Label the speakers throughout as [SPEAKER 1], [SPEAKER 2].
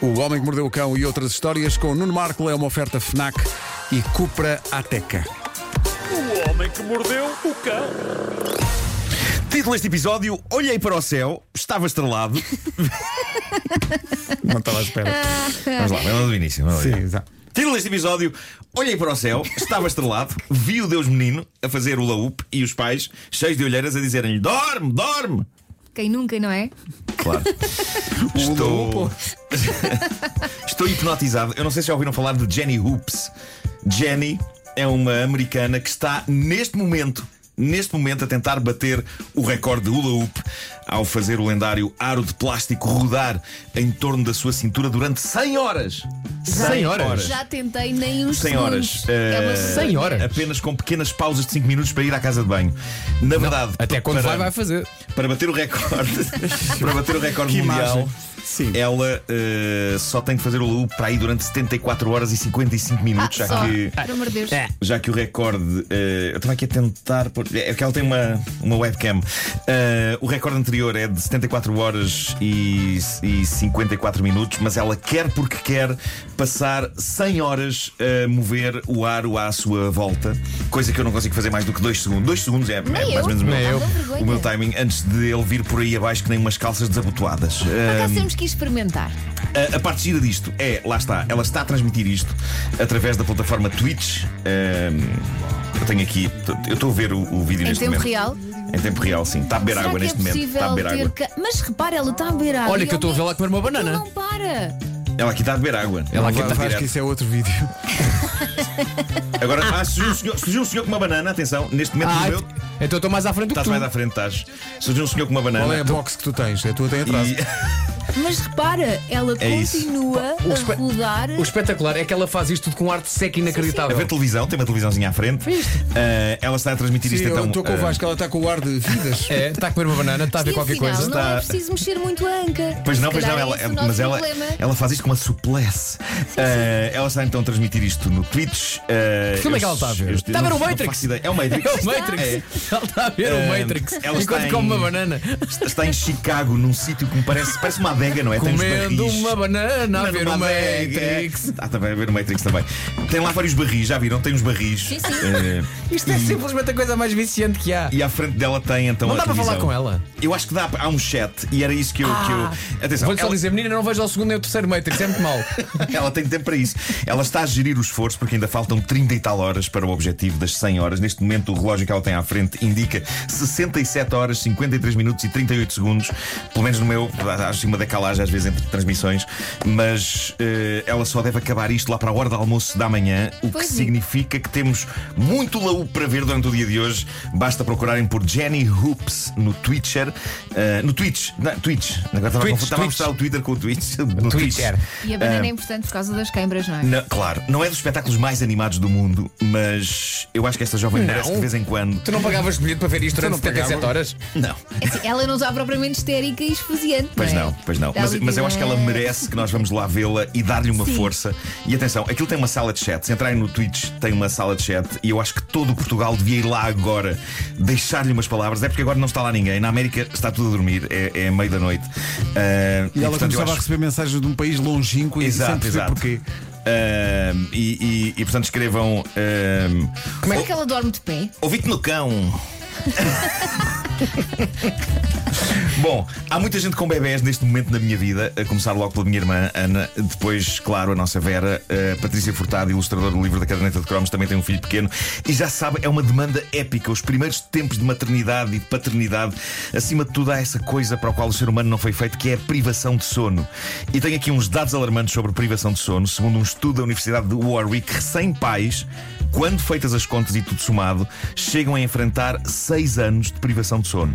[SPEAKER 1] O Homem que Mordeu o Cão e outras histórias com Nuno Marco é uma oferta FNAC e Cupra Ateca.
[SPEAKER 2] O homem que mordeu o cão.
[SPEAKER 3] Título deste episódio: Olhei para o céu, estava estrelado.
[SPEAKER 1] Não estava à espera.
[SPEAKER 3] Vamos lá, vamos lá do início. vamos lá do
[SPEAKER 1] Sim,
[SPEAKER 3] início.
[SPEAKER 1] exato.
[SPEAKER 3] Título deste episódio: Olhei para o céu, estava estrelado, vi o Deus menino a fazer o laúpe e os pais, cheios de olheiras, a dizerem-lhe: Dorme, dorme!
[SPEAKER 4] Quem nunca, não é?
[SPEAKER 3] Claro. Estou. Estou hipnotizado. Eu não sei se já ouviram falar de Jenny Hoops. Jenny é uma americana que está neste momento. Neste momento, a tentar bater o recorde de Hula Hoop ao fazer o lendário aro de plástico rodar em torno da sua cintura durante 100 horas. 100 horas?
[SPEAKER 4] Já tentei nem uns
[SPEAKER 3] 100 horas.
[SPEAKER 4] segundos. É uma
[SPEAKER 3] Eh,
[SPEAKER 4] vergonha.
[SPEAKER 3] Apenas com pequenas pausas de 5 minutos para ir à casa de banho. Na verdade,
[SPEAKER 5] Até quando
[SPEAKER 3] para-
[SPEAKER 5] vai, vai fazer.
[SPEAKER 3] para bater o recorde, para bater o recorde mundial, ela eh, só tem de fazer o loop para aí durante 74 horas e 55
[SPEAKER 4] Ah,
[SPEAKER 3] minutos, já
[SPEAKER 4] só.
[SPEAKER 3] que.
[SPEAKER 4] Pelo amor de Deus.
[SPEAKER 5] É.
[SPEAKER 3] Já que o recorde. eh, eu estava aqui a tentar. pôr- É que ela tem uma, uma webcam. Eh, o recorde anterior é de 74 horas e, e 54 minutos, mas ela quer porque quer passar 100 horas a mover o aro à sua volta, coisa que eu não consigo fazer mais do que 2 segundos. 2 segundos é, é mais
[SPEAKER 4] eu.
[SPEAKER 3] ou menos o meu,
[SPEAKER 4] Nem eu. Ah, dá vergonha.
[SPEAKER 3] o meu timing antes de ele vir por aí abaixo que nem umas calças desabotoadas.
[SPEAKER 4] Por
[SPEAKER 3] Eh,
[SPEAKER 4] acaso temos que experimentar.
[SPEAKER 3] a, a parte gira disto é, lá está, ela está a transmitir isto através da plataforma Twitch. Ahm, eu tenho aqui, t- eu estou a ver o, o vídeo
[SPEAKER 4] Em
[SPEAKER 3] neste
[SPEAKER 4] tempo
[SPEAKER 3] momento.
[SPEAKER 4] real?
[SPEAKER 3] Em tempo real, sim. Está a beber
[SPEAKER 4] Será
[SPEAKER 3] água
[SPEAKER 4] que é
[SPEAKER 3] neste momento. Está a
[SPEAKER 4] possível
[SPEAKER 3] beber
[SPEAKER 4] ter.
[SPEAKER 3] água.
[SPEAKER 4] ca- Mas repara, ela está a beber água.
[SPEAKER 5] Olha
[SPEAKER 4] e
[SPEAKER 5] que eu estou a ver
[SPEAKER 4] ao
[SPEAKER 5] lá comer uma
[SPEAKER 4] mesmo-
[SPEAKER 5] banana.
[SPEAKER 4] Aquilo Ah, Não para.
[SPEAKER 3] Ela aqui está a beber água.
[SPEAKER 5] Ela aqui
[SPEAKER 3] vai
[SPEAKER 5] está-
[SPEAKER 3] direto.
[SPEAKER 1] Acho que isso é outro vídeo.
[SPEAKER 3] Agora, ah, surgiu, um senhor, surgiu um senhor com uma banana, atenção, neste momento
[SPEAKER 5] Ah,
[SPEAKER 3] no meu.
[SPEAKER 5] então estou mais à frente do que
[SPEAKER 3] Estás
[SPEAKER 5] tu.
[SPEAKER 3] mais à frente, estás. Surgiu um senhor com uma
[SPEAKER 1] Qual
[SPEAKER 3] banana.
[SPEAKER 1] é a box que tu tens? A tua tem atrás.
[SPEAKER 3] e-
[SPEAKER 4] Mas repara, ela
[SPEAKER 3] É isso.
[SPEAKER 4] continua
[SPEAKER 5] O
[SPEAKER 4] a
[SPEAKER 5] espe-
[SPEAKER 4] rodar.
[SPEAKER 5] O espetacular é que ela faz isto tudo com um arte seca
[SPEAKER 3] A
[SPEAKER 5] inacreditável.
[SPEAKER 3] ver televisão, tem uma televisãozinha à frente. Ah, ela está a transmitir
[SPEAKER 1] Sim,
[SPEAKER 3] isto
[SPEAKER 1] eu
[SPEAKER 3] então.
[SPEAKER 1] estou com o
[SPEAKER 3] ah,
[SPEAKER 1] Vasco, ela está com o ar de vidas.
[SPEAKER 5] É, está a comer uma banana, está a ver
[SPEAKER 4] E
[SPEAKER 5] qualquer
[SPEAKER 4] afinal,
[SPEAKER 5] coisa.
[SPEAKER 4] não é
[SPEAKER 3] Está-
[SPEAKER 4] preciso mexer muito a anca.
[SPEAKER 3] Pois não,
[SPEAKER 4] Se
[SPEAKER 3] pois não,
[SPEAKER 4] calhar
[SPEAKER 3] ela,
[SPEAKER 4] é esse o
[SPEAKER 3] mas
[SPEAKER 4] nosso
[SPEAKER 3] ela,
[SPEAKER 4] problema.
[SPEAKER 3] ela faz isto com uma suplesse. Eh, ela está então a transmitir isto no Twitch. eh,
[SPEAKER 5] filme é que
[SPEAKER 3] eu-
[SPEAKER 5] ela está a ver?
[SPEAKER 3] eu-
[SPEAKER 5] Está a ver
[SPEAKER 3] não-
[SPEAKER 5] o
[SPEAKER 3] não
[SPEAKER 5] Matrix?
[SPEAKER 3] faço ideia. É o Matrix.
[SPEAKER 5] É o Matrix.
[SPEAKER 3] É.
[SPEAKER 5] Ela está a ver o
[SPEAKER 3] Ah,
[SPEAKER 5] Matrix.
[SPEAKER 3] ela está
[SPEAKER 5] Enquanto
[SPEAKER 3] em-
[SPEAKER 5] come uma banana.
[SPEAKER 3] Está em Chicago, num sítio que me parece, parece uma adega, não é? Tem uns
[SPEAKER 5] Comendo
[SPEAKER 3] barris.
[SPEAKER 5] uma banana a
[SPEAKER 3] Mas
[SPEAKER 5] ver
[SPEAKER 3] uma
[SPEAKER 5] o
[SPEAKER 3] adega.
[SPEAKER 5] Matrix.
[SPEAKER 3] Ah, também a ver o Matrix também. Tem lá vários barris, já viram? Tem uns barris.
[SPEAKER 4] Sim, sim.
[SPEAKER 3] Eh,
[SPEAKER 5] Isto é
[SPEAKER 3] e-
[SPEAKER 5] simplesmente a coisa mais viciante que há.
[SPEAKER 3] E à frente dela tem então
[SPEAKER 5] Não
[SPEAKER 3] a
[SPEAKER 5] dá para falar
[SPEAKER 3] televisão.
[SPEAKER 5] com ela?
[SPEAKER 3] Eu acho que dá, há um chat e era isso que eu.
[SPEAKER 4] Ah.
[SPEAKER 3] que eu- Atenção,
[SPEAKER 5] Vou-lhe só
[SPEAKER 3] ela-
[SPEAKER 5] dizer, menina, não vejo ao segundo nem ao terceiro Matrix, é muito mal.
[SPEAKER 3] Ela tem tempo para isso. Ela está a gerir o esforço porque ainda faltam 30 e tal horas para o objetivo das 100 horas. Neste momento, o relógio que ela tem à frente indica 67 horas, 53 minutos e 38 segundos. Pelo menos no meu, acho uma decalagem às vezes entre transmissões. Mas eh, ela só deve acabar isto lá para a hora do almoço da manhã, o
[SPEAKER 4] Pois
[SPEAKER 3] que
[SPEAKER 4] é.
[SPEAKER 3] significa que temos muito laú para ver durante o dia de hoje. Basta procurarem por Jenny Hoops no Twitcher. eh, no Twitch, na, Twitch. Agora estava a
[SPEAKER 5] Twitch,
[SPEAKER 3] confundir- estava a
[SPEAKER 5] Twitch.
[SPEAKER 3] mostrar o Twitter com o Twitch. No
[SPEAKER 5] Twitter.
[SPEAKER 4] E a banana é importante por causa das queimbras, não é?
[SPEAKER 3] Eh, não, claro, não é dos espetáculos mais animados do mundo, mas eu acho que esta jovem merece que de vez em quando.
[SPEAKER 5] Tu não pagavas bilhete para ver isto
[SPEAKER 1] Tu não
[SPEAKER 5] durante 77
[SPEAKER 1] pagava?
[SPEAKER 5] horas?
[SPEAKER 3] Não,
[SPEAKER 4] É assim, ela não está propriamente histérica e esfuziante.
[SPEAKER 3] pois
[SPEAKER 4] é?
[SPEAKER 3] não, pois não.
[SPEAKER 4] Está
[SPEAKER 3] Mas,
[SPEAKER 4] ali
[SPEAKER 3] mas eu
[SPEAKER 4] de-
[SPEAKER 3] acho que ela merece que nós vamos lá vê-la e dar-lhe uma
[SPEAKER 4] Sim.
[SPEAKER 3] força. E atenção, aquilo tem uma sala de chat. Se entrarem no Twitch, tem uma sala de chat e eu acho que todo o Portugal devia ir lá agora deixar-lhe umas palavras. É porque agora não está lá ninguém. Na América está tudo a dormir, é, é meio da noite. Ah,
[SPEAKER 1] E ela
[SPEAKER 3] portanto, eu
[SPEAKER 1] começava a
[SPEAKER 3] acho-
[SPEAKER 1] receber mensagens de um país longínquo e sem
[SPEAKER 3] Exato,
[SPEAKER 1] perceber
[SPEAKER 3] exato.
[SPEAKER 1] porquê.
[SPEAKER 3] Ah, e, e- e, portanto escrevam. ah,
[SPEAKER 4] Como é que ela dorme de pé?
[SPEAKER 3] Ouvi-te no cão. Bom, há muita gente com bebés neste momento na minha vida, a começar logo pela minha irmã Ana, depois, claro, a nossa Vera, a Patrícia Furtado, ilustradora do livro da Caderneta de Cromos, também tem um filho pequeno, e já sabe, é uma demanda épica. Os primeiros tempos de maternidade e de paternidade, acima de tudo, há essa coisa para a qual o ser humano não foi feito, que é a privação de sono. E tenho aqui uns dados alarmantes sobre privação de sono, segundo um estudo da Universidade de Warwick, recém pais, quando feitas as contas e tudo somado, chegam a enfrentar 6 anos de privação de sono.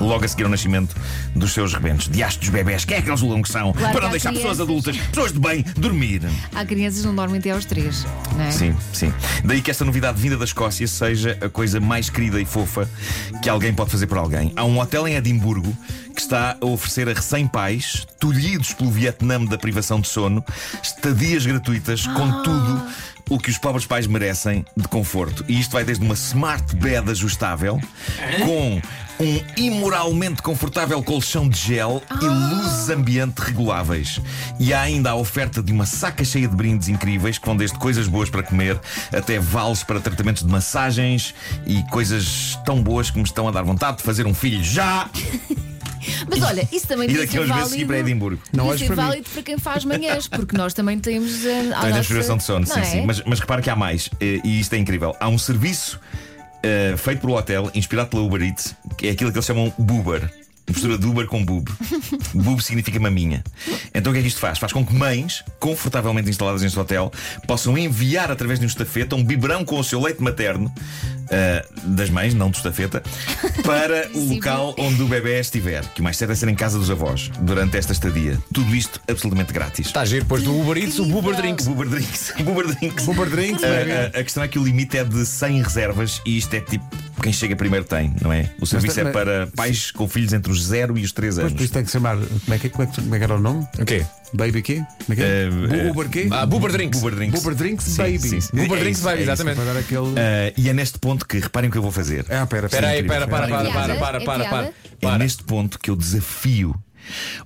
[SPEAKER 3] Logo a seguir ao nascimento dos seus rebentos. Diacho dos bebés, quem é que eles julgam que são? para
[SPEAKER 4] Claro que É.
[SPEAKER 3] não
[SPEAKER 4] há
[SPEAKER 3] deixar pessoas
[SPEAKER 4] crianças.
[SPEAKER 3] adultas, pessoas de bem, dormir.
[SPEAKER 4] Há crianças que não dormem até aos três, não é?
[SPEAKER 3] Sim, sim. Daí que esta novidade vinda da Escócia seja a coisa mais querida e fofa que alguém pode fazer por alguém. Há um hotel em Edimburgo que está a oferecer a recém-pais, tolhidos pelo Vietnã da privação de sono, estadias gratuitas
[SPEAKER 4] Ah.
[SPEAKER 3] com tudo o que os pobres pais merecem de conforto. E isto vai desde uma smart bed ajustável com um imoralmente confortável colchão de gel e luzes ambiente reguláveis. E há ainda a oferta de uma saca cheia de brindes incríveis, que vão desde coisas boas para comer até vales para tratamentos de massagens e coisas tão boas que me estão a dar vontade de fazer um filho já
[SPEAKER 4] Mas olha, isso também
[SPEAKER 3] e
[SPEAKER 4] devia
[SPEAKER 3] daqui a
[SPEAKER 4] ser
[SPEAKER 3] uns meses seguir para
[SPEAKER 4] válido.
[SPEAKER 3] Edimburgo.
[SPEAKER 1] Não
[SPEAKER 4] Devia
[SPEAKER 1] olhes
[SPEAKER 4] ser
[SPEAKER 1] para mim.
[SPEAKER 4] válido para quem faz manhãs, porque nós também temos. eh, à
[SPEAKER 3] Tem
[SPEAKER 4] nossa-
[SPEAKER 3] da expiração de sono,
[SPEAKER 4] Não
[SPEAKER 3] sim,
[SPEAKER 4] é?
[SPEAKER 3] sim. Mas, mas repara que há mais, eh, e isto é incrível. Há um serviço eh, feito pelo hotel, inspirado pela Uber Eats, que é aquilo que eles chamam Boober. Mistura de Uber com Boob. Boob significa maminha. Então o que é que isto faz? Faz com que mães, confortavelmente instaladas neste hotel, possam enviar através de um estafeta um biberão com o seu leite materno, eh, das mães, não do estafeta, para o
[SPEAKER 4] Sim,
[SPEAKER 3] local onde o bebê estiver. Que o mais certo é ser em casa dos avós, durante esta estadia. Tudo isto absolutamente grátis.
[SPEAKER 5] Está a Tá giro, depois do Uber Eats, o Uber Drinks.
[SPEAKER 3] Boober Drinks. Boober Drinks.
[SPEAKER 1] Uber Drinks,
[SPEAKER 3] A- a, a questão é que o limite é de 100 reservas e isto é tipo quem chega primeiro tem, não é? O serviço
[SPEAKER 1] mas-
[SPEAKER 3] é para pais com filhos entre os 0 e os 3
[SPEAKER 1] Pois
[SPEAKER 3] anos.
[SPEAKER 1] por isso tem que se chamar. Como é que, é- como é que- como é que era o nome?
[SPEAKER 5] O quê?
[SPEAKER 1] Baby quê? Como é que
[SPEAKER 3] Eh,
[SPEAKER 1] é?
[SPEAKER 3] eh,
[SPEAKER 1] Uber quê?
[SPEAKER 5] Ah, Uber Drinks.
[SPEAKER 3] Uber Drinks.
[SPEAKER 1] Uber Drinks
[SPEAKER 3] Sim,
[SPEAKER 1] Baby.
[SPEAKER 3] sim, sim.
[SPEAKER 5] Uber
[SPEAKER 3] É
[SPEAKER 5] Drinks
[SPEAKER 3] isso,
[SPEAKER 5] vai,
[SPEAKER 3] é isso.
[SPEAKER 5] exatamente.
[SPEAKER 1] Para dar aquele.
[SPEAKER 3] Ah, e é neste ponto que reparem o que eu vou fazer.
[SPEAKER 1] Ah, pera,
[SPEAKER 5] Espera aí,
[SPEAKER 1] sim,
[SPEAKER 5] espera, para, para,
[SPEAKER 4] incrível.
[SPEAKER 5] para,
[SPEAKER 4] É
[SPEAKER 5] para, para,
[SPEAKER 4] piada?
[SPEAKER 5] para.
[SPEAKER 3] É
[SPEAKER 5] Para.
[SPEAKER 3] neste ponto que eu desafio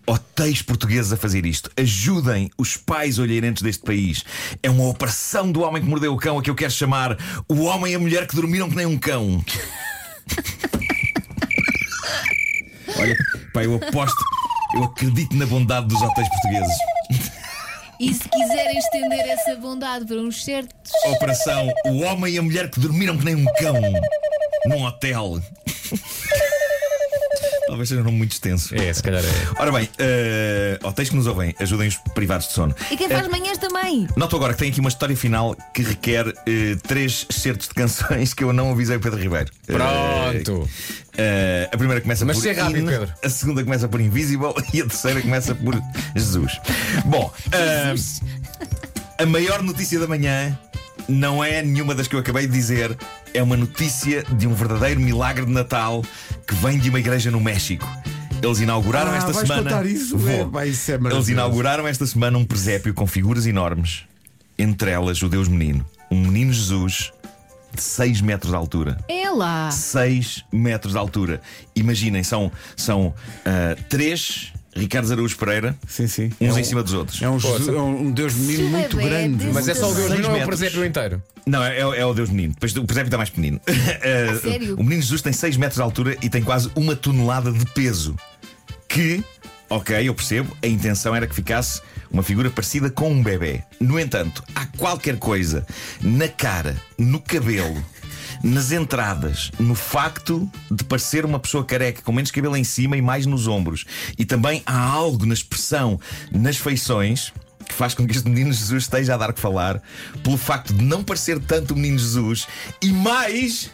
[SPEAKER 3] hotéis portugueses a fazer isto. Ajudem os pais olheirantes deste país. É uma operação do homem que mordeu o cão, a que eu quero chamar o homem e a mulher que dormiram que nem um cão. Olha, pá, eu aposto, eu acredito na bondade dos hotéis portugueses.
[SPEAKER 4] E se quiserem estender essa bondade para uns certos.
[SPEAKER 3] Operação O Homem e a Mulher que Dormiram que nem um cão num hotel. Talvez seja um nome muito extenso.
[SPEAKER 5] É, se calhar é.
[SPEAKER 3] Ora bem, eh, hotéis que nos ouvem, ajudem os privados de sono. Eh,
[SPEAKER 4] E quem
[SPEAKER 3] É.
[SPEAKER 4] faz manhãs também.
[SPEAKER 3] Noto agora que tem aqui uma história final que requer eh, três certos de canções que eu não avisei o Pedro Ribeiro. Eh,
[SPEAKER 5] Pronto.
[SPEAKER 3] eh, a primeira começa
[SPEAKER 5] Mas
[SPEAKER 3] por
[SPEAKER 5] ser rápido,
[SPEAKER 3] In,
[SPEAKER 5] Pedro.
[SPEAKER 3] a segunda começa por Invisible e a terceira começa por Jesus. Bom, eh,
[SPEAKER 4] Jesus.
[SPEAKER 3] a maior notícia da manhã não é nenhuma das que eu acabei de dizer, é uma notícia de um verdadeiro milagre de Natal que vem de uma igreja no México. Eles inauguraram
[SPEAKER 1] Ah,
[SPEAKER 3] esta
[SPEAKER 1] vais
[SPEAKER 3] semana.
[SPEAKER 1] contar isso?
[SPEAKER 3] Vou.
[SPEAKER 1] É, pá, isso é
[SPEAKER 3] Eles
[SPEAKER 1] maravilhoso.
[SPEAKER 3] inauguraram esta semana um presépio com figuras enormes, entre elas o Deus Menino, um menino Jesus de 6 metros de altura.
[SPEAKER 4] É lá.
[SPEAKER 3] 6 metros de altura. Imaginem, são, são ah, três Ricardo Araújo Pereira,
[SPEAKER 1] Sim, sim.
[SPEAKER 3] uns
[SPEAKER 1] é
[SPEAKER 3] em cima dos outros.
[SPEAKER 1] um, é um Jesus- é um Deus menino
[SPEAKER 4] Que
[SPEAKER 1] muito
[SPEAKER 4] bebé,
[SPEAKER 1] grande.
[SPEAKER 4] Deus
[SPEAKER 5] Mas é só o Deus
[SPEAKER 3] Seis
[SPEAKER 5] menino ou é o
[SPEAKER 3] metros.
[SPEAKER 5] presépio inteiro?
[SPEAKER 3] Não, é, é o Deus Menino. Depois o presépio está mais pequenino. Eh,
[SPEAKER 4] sério?
[SPEAKER 3] O Menino Jesus tem 6 metros de altura e tem quase uma tonelada de peso. Que, ok, eu percebo, a intenção era que ficasse uma figura parecida com um bebê. No entanto, há qualquer coisa na cara, no cabelo, nas entradas, no facto de parecer uma pessoa careca, com menos cabelo em cima e mais nos ombros. E também há algo na expressão, nas feições que faz com que este menino Jesus esteja a dar que falar pelo facto de não parecer tanto o menino Jesus e mais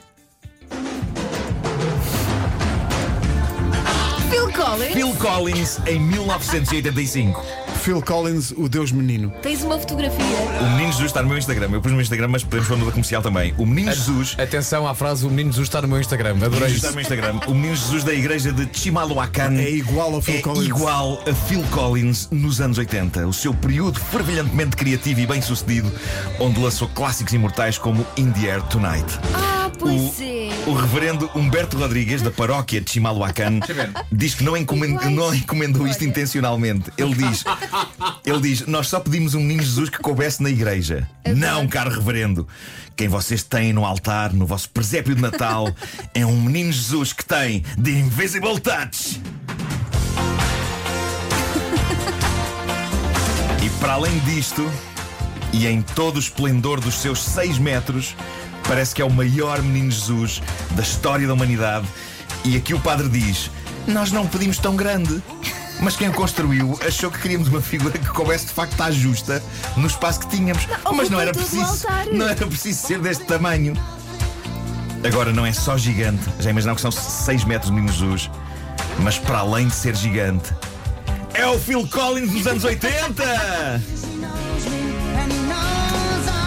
[SPEAKER 4] Phil Collins,
[SPEAKER 3] Phil Collins em 1985.
[SPEAKER 1] Phil Collins, o Deus menino.
[SPEAKER 4] tens uma fotografia.
[SPEAKER 3] O menino Jesus está no meu Instagram. Eu pus no meu Instagram, mas podemos pôr no da comercial também. O menino
[SPEAKER 1] É.
[SPEAKER 3] Jesus.
[SPEAKER 5] Atenção à frase: o menino Jesus está no meu Instagram.
[SPEAKER 3] O menino
[SPEAKER 5] Adorei
[SPEAKER 3] Jesus está
[SPEAKER 5] isso.
[SPEAKER 3] no meu Instagram. O menino Jesus da igreja de Chimalhuacan
[SPEAKER 1] É igual ao Phil
[SPEAKER 3] é
[SPEAKER 1] Collins.
[SPEAKER 3] igual a Phil Collins nos anos 80. O seu período fervilhantemente criativo e bem-sucedido, onde lançou clássicos imortais como In the Air Tonight.
[SPEAKER 4] Ah, pois é.
[SPEAKER 3] O, o reverendo Humberto Rodrigues, da paróquia de Chimalhuacan, diz que não, encomen-
[SPEAKER 4] Iguais.
[SPEAKER 3] não encomendou isto
[SPEAKER 4] Olha.
[SPEAKER 3] intencionalmente. Ele diz: Ele diz, nós só pedimos um menino Jesus que coubesse na igreja.
[SPEAKER 4] É
[SPEAKER 3] Não, caro reverendo. Quem vocês têm no altar, no vosso presépio de Natal, é um menino Jesus que tem The Invisible Touch. E para além disto, e em todo o esplendor dos seus 6 metros, parece que é o maior menino Jesus da história da humanidade. E aqui o padre diz: Nós não o pedimos tão grande. Mas quem o construiu achou que queríamos uma figura que coubesse de facto à justa no espaço que tínhamos. Mas não era
[SPEAKER 4] ocupa todo o
[SPEAKER 3] preciso.
[SPEAKER 4] altar.
[SPEAKER 3] Não era preciso ser deste tamanho. Agora não é só gigante, já imaginaram que são 6 metros de menino Jesus, mas para além de ser gigante, é o Phil Collins dos anos 80!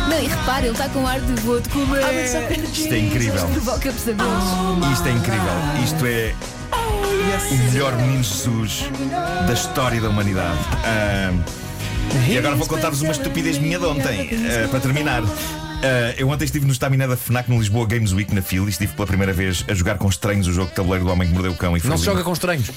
[SPEAKER 4] Não, e repara, ele está com ar de é- vou de comer. Ah, mas só pena que
[SPEAKER 3] Isto é incrível.
[SPEAKER 4] Ah. Provoca pesadelos.
[SPEAKER 3] Isto é incrível. Isto é. O melhor menino Jesus da história da humanidade. Ah, e agora vou contar-vos uma estupidez minha de ontem, ah, para terminar. Ah, eu ontem estive no Stamina da FNAC no Lisboa Games Week na fila e estive pela primeira vez a jogar com estranhos o jogo de tabuleiro do Homem que Mordeu o Cão e foi
[SPEAKER 5] Não se
[SPEAKER 3] lindo.
[SPEAKER 5] joga com estranhos.
[SPEAKER 3] Uh,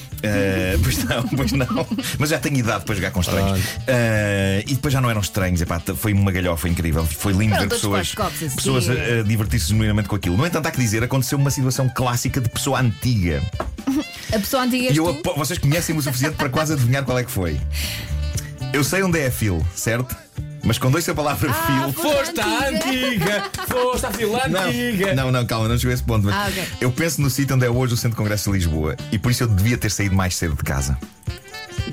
[SPEAKER 3] pois não, pois não. Mas já tenho idade para jogar com estranhos. Uh, e depois já não eram estranhos. Epá, t- foi uma galhofa incrível. Foi lindo
[SPEAKER 4] Eram
[SPEAKER 3] ver
[SPEAKER 4] todos
[SPEAKER 3] pessoas,
[SPEAKER 4] quase copos, assim.
[SPEAKER 3] pessoas a, a divertir-se genuinamente com aquilo. No entanto, há que dizer, aconteceu uma situação clássica de pessoa antiga.
[SPEAKER 4] A pessoa antiga és
[SPEAKER 3] E eu,
[SPEAKER 4] tu?
[SPEAKER 3] apo- vocês conhecem-me o suficiente para quase adivinhar qual é que foi. Eu sei onde é a Phil, certo? Mas quando ouço a palavra
[SPEAKER 4] Ah,
[SPEAKER 3] Phil.
[SPEAKER 4] foste à
[SPEAKER 5] antiga! Foste à fila
[SPEAKER 3] Não, não, não, calma, não chegou a esse ponto. mas
[SPEAKER 4] Ah, ok.
[SPEAKER 3] Eu penso no sítio onde é hoje o Centro de Congresso de Lisboa e por isso eu devia ter saído mais cedo de casa.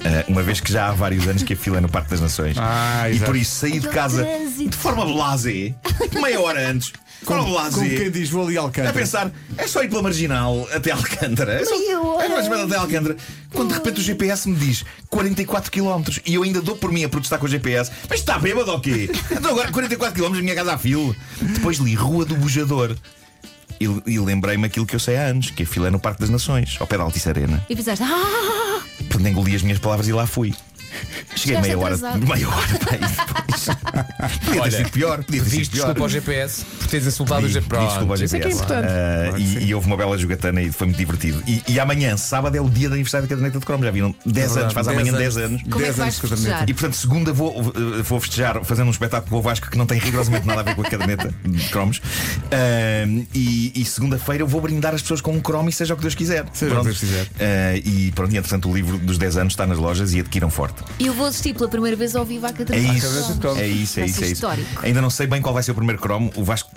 [SPEAKER 3] Ah, uma vez que já há vários anos que a fila é no Parque das Nações.
[SPEAKER 1] Ah,
[SPEAKER 3] e
[SPEAKER 1] exato.
[SPEAKER 3] por isso saí de casa de forma blasé, meia hora antes, de forma
[SPEAKER 1] Como quem
[SPEAKER 3] blasé.
[SPEAKER 1] diz, vou ali a
[SPEAKER 3] A
[SPEAKER 1] Alcântara.
[SPEAKER 3] pensar, é só ir pela marginal até Alcântara. É só
[SPEAKER 4] Meia hora.
[SPEAKER 3] é mais ou menos até Alcântara. Quando de repente o GPS me diz 44 km e eu ainda dou por mim a protestar com o GPS, mas está bêbado ou quê? Então agora 44 km da minha casa à fila. Depois li Rua do Bujador e, e lembrei-me aquilo que eu sei há anos, que a fila é no Parque das Nações, ao pé da Altice Arena.
[SPEAKER 4] E pensaste, ah,
[SPEAKER 3] Portanto, engoli as minhas palavras e lá fui. Cheguei
[SPEAKER 4] Chegaste
[SPEAKER 3] meia hora,
[SPEAKER 4] atrasado.
[SPEAKER 3] meia hora para aí depois. Podia ter
[SPEAKER 5] Olha,
[SPEAKER 3] sido pior, podia ter sido
[SPEAKER 5] Pediste
[SPEAKER 3] pior.
[SPEAKER 5] desculpa ao GPS por teres insultado o
[SPEAKER 3] Pedi-
[SPEAKER 5] GPS.
[SPEAKER 3] pedi desculpa ao
[SPEAKER 5] Pronto, é isso é que é
[SPEAKER 3] GPS.
[SPEAKER 5] importante.
[SPEAKER 3] Ah, e- e, houve uma bela jogatana e foi muito divertido. E, e amanhã, sábado, é o dia da aniversário da caderneta de Cromo. Já viram? 10 anos, faz amanhã 10 anos.
[SPEAKER 4] como é que
[SPEAKER 1] 10
[SPEAKER 4] vais
[SPEAKER 1] anos de caderneta.
[SPEAKER 4] festejar?
[SPEAKER 3] E portanto, segunda vou, eh, vou festejar fazendo um espetáculo com o Vasco que não tem rigorosamente nada a ver com a caderneta de cromos. Ahm, e e segunda-feira eu vou brindar as pessoas com um cromo e seja o que Deus quiser.
[SPEAKER 1] Seja o que Deus quiser.
[SPEAKER 3] Ah, e pronto, e entretanto, o livro dos 10 anos está nas lojas e adquiram forte.
[SPEAKER 4] Eu vou assistir pela primeira vez ao vivo à
[SPEAKER 3] É
[SPEAKER 4] Catarina.
[SPEAKER 3] isso, é isso, é
[SPEAKER 4] Vai
[SPEAKER 3] isso,
[SPEAKER 4] ser
[SPEAKER 3] é isso.
[SPEAKER 4] histórico.
[SPEAKER 3] Ainda não sei bem qual vai ser o primeiro cromo. O Vasco,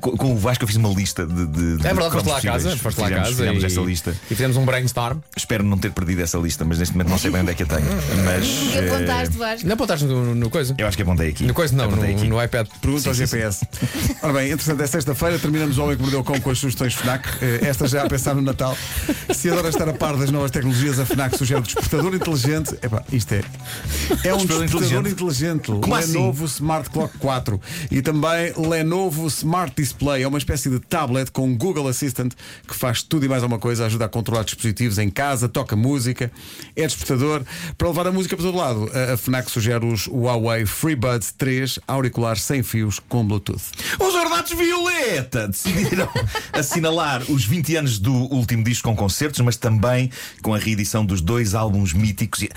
[SPEAKER 3] com, com o Vasco eu fiz uma lista de. de de
[SPEAKER 5] É verdade,
[SPEAKER 3] cromos
[SPEAKER 5] foste lá a casa,
[SPEAKER 3] possíveis.
[SPEAKER 5] foste lá a
[SPEAKER 3] Fizemos-
[SPEAKER 5] casa
[SPEAKER 3] Fizemos
[SPEAKER 5] e,
[SPEAKER 3] esta lista.
[SPEAKER 5] e fizemos um brainstorm.
[SPEAKER 3] Espero não ter perdido essa lista, mas neste momento não sei bem onde é que a tenho. Mas.
[SPEAKER 4] E
[SPEAKER 3] eh,
[SPEAKER 4] apontaste, Vasco.
[SPEAKER 5] Não apontaste no, no coisa?
[SPEAKER 3] Eu acho que apontei aqui.
[SPEAKER 5] No coisa não, no,
[SPEAKER 3] Apontei aqui.
[SPEAKER 5] no iPad.
[SPEAKER 1] Pergunta ao GPS. Ora bem, entretanto, é sexta-feira, terminamos o Homem que Mordeu o Cão com as sugestões FNAC. Eh, Esta já a pensar no Natal. Se adora estar a par das novas tecnologias, a FNAC sugere o despertador inteligente. Epá, isto é. É um
[SPEAKER 3] Despertador
[SPEAKER 1] despertador inteligente.
[SPEAKER 3] Como assim?
[SPEAKER 1] Lenovo Smart Clock 4. E também Lenovo Smart Display. É uma espécie de tablet com Google Assistant que faz tudo e mais alguma coisa, ajuda a controlar dispositivos em casa, toca música, é despertador. Para levar a música para todo lado, a a FNAC sugere os Huawei FreeBuds 3 auriculares sem fios com Bluetooth.
[SPEAKER 3] Os Ornatos Violeta decidiram assinalar os 20 anos do último disco com concertos, mas também com a reedição dos dois álbuns míticos. E-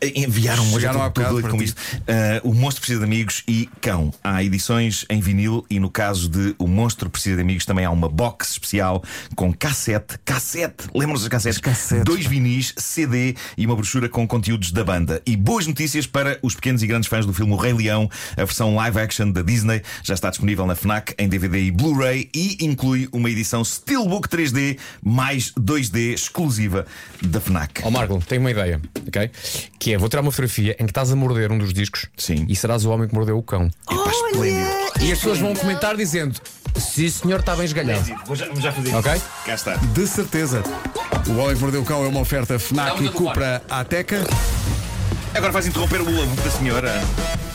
[SPEAKER 3] eh, Enviaram hoje
[SPEAKER 1] Chegaram há
[SPEAKER 3] eu tô- tô
[SPEAKER 1] bocado
[SPEAKER 3] doido
[SPEAKER 1] para
[SPEAKER 3] com
[SPEAKER 1] ti.
[SPEAKER 3] isto. Ah, o Monstro Precisa de Amigos e Cão. Há edições em vinil e no caso de O Monstro Precisa de Amigos também há uma box especial com cassete, cassete, lembram-se das cassetes?
[SPEAKER 1] cassetes,
[SPEAKER 3] Dois vinis, CD e uma brochura com conteúdos da banda. E boas notícias para os pequenos e grandes fãs do filme O Rei Leão. A versão live action da Disney já está disponível na FNAC em DVD e Blu-ray e inclui uma edição Steelbook 3D mais 2D exclusiva da FNAC.
[SPEAKER 5] Ó Marco, tenho uma ideia, ok? Que é, vou tirar uma fotografia em que estás a morder um dos discos
[SPEAKER 3] Sim.
[SPEAKER 5] e serás o homem que mordeu o cão.
[SPEAKER 3] Epá, esplêndido.
[SPEAKER 5] E as pessoas vão comentar dizendo: Sim, senhor, está bem esgalhado.
[SPEAKER 3] Vou já, vou já fazer
[SPEAKER 5] Ok.
[SPEAKER 3] isso. Cá está.
[SPEAKER 1] De certeza. O Homem que Mordeu o Cão é uma oferta FNAC
[SPEAKER 5] Dá-me
[SPEAKER 1] e
[SPEAKER 5] o telefone.
[SPEAKER 1] Cupra Ateca.
[SPEAKER 3] Agora vais interromper o lobo da senhora.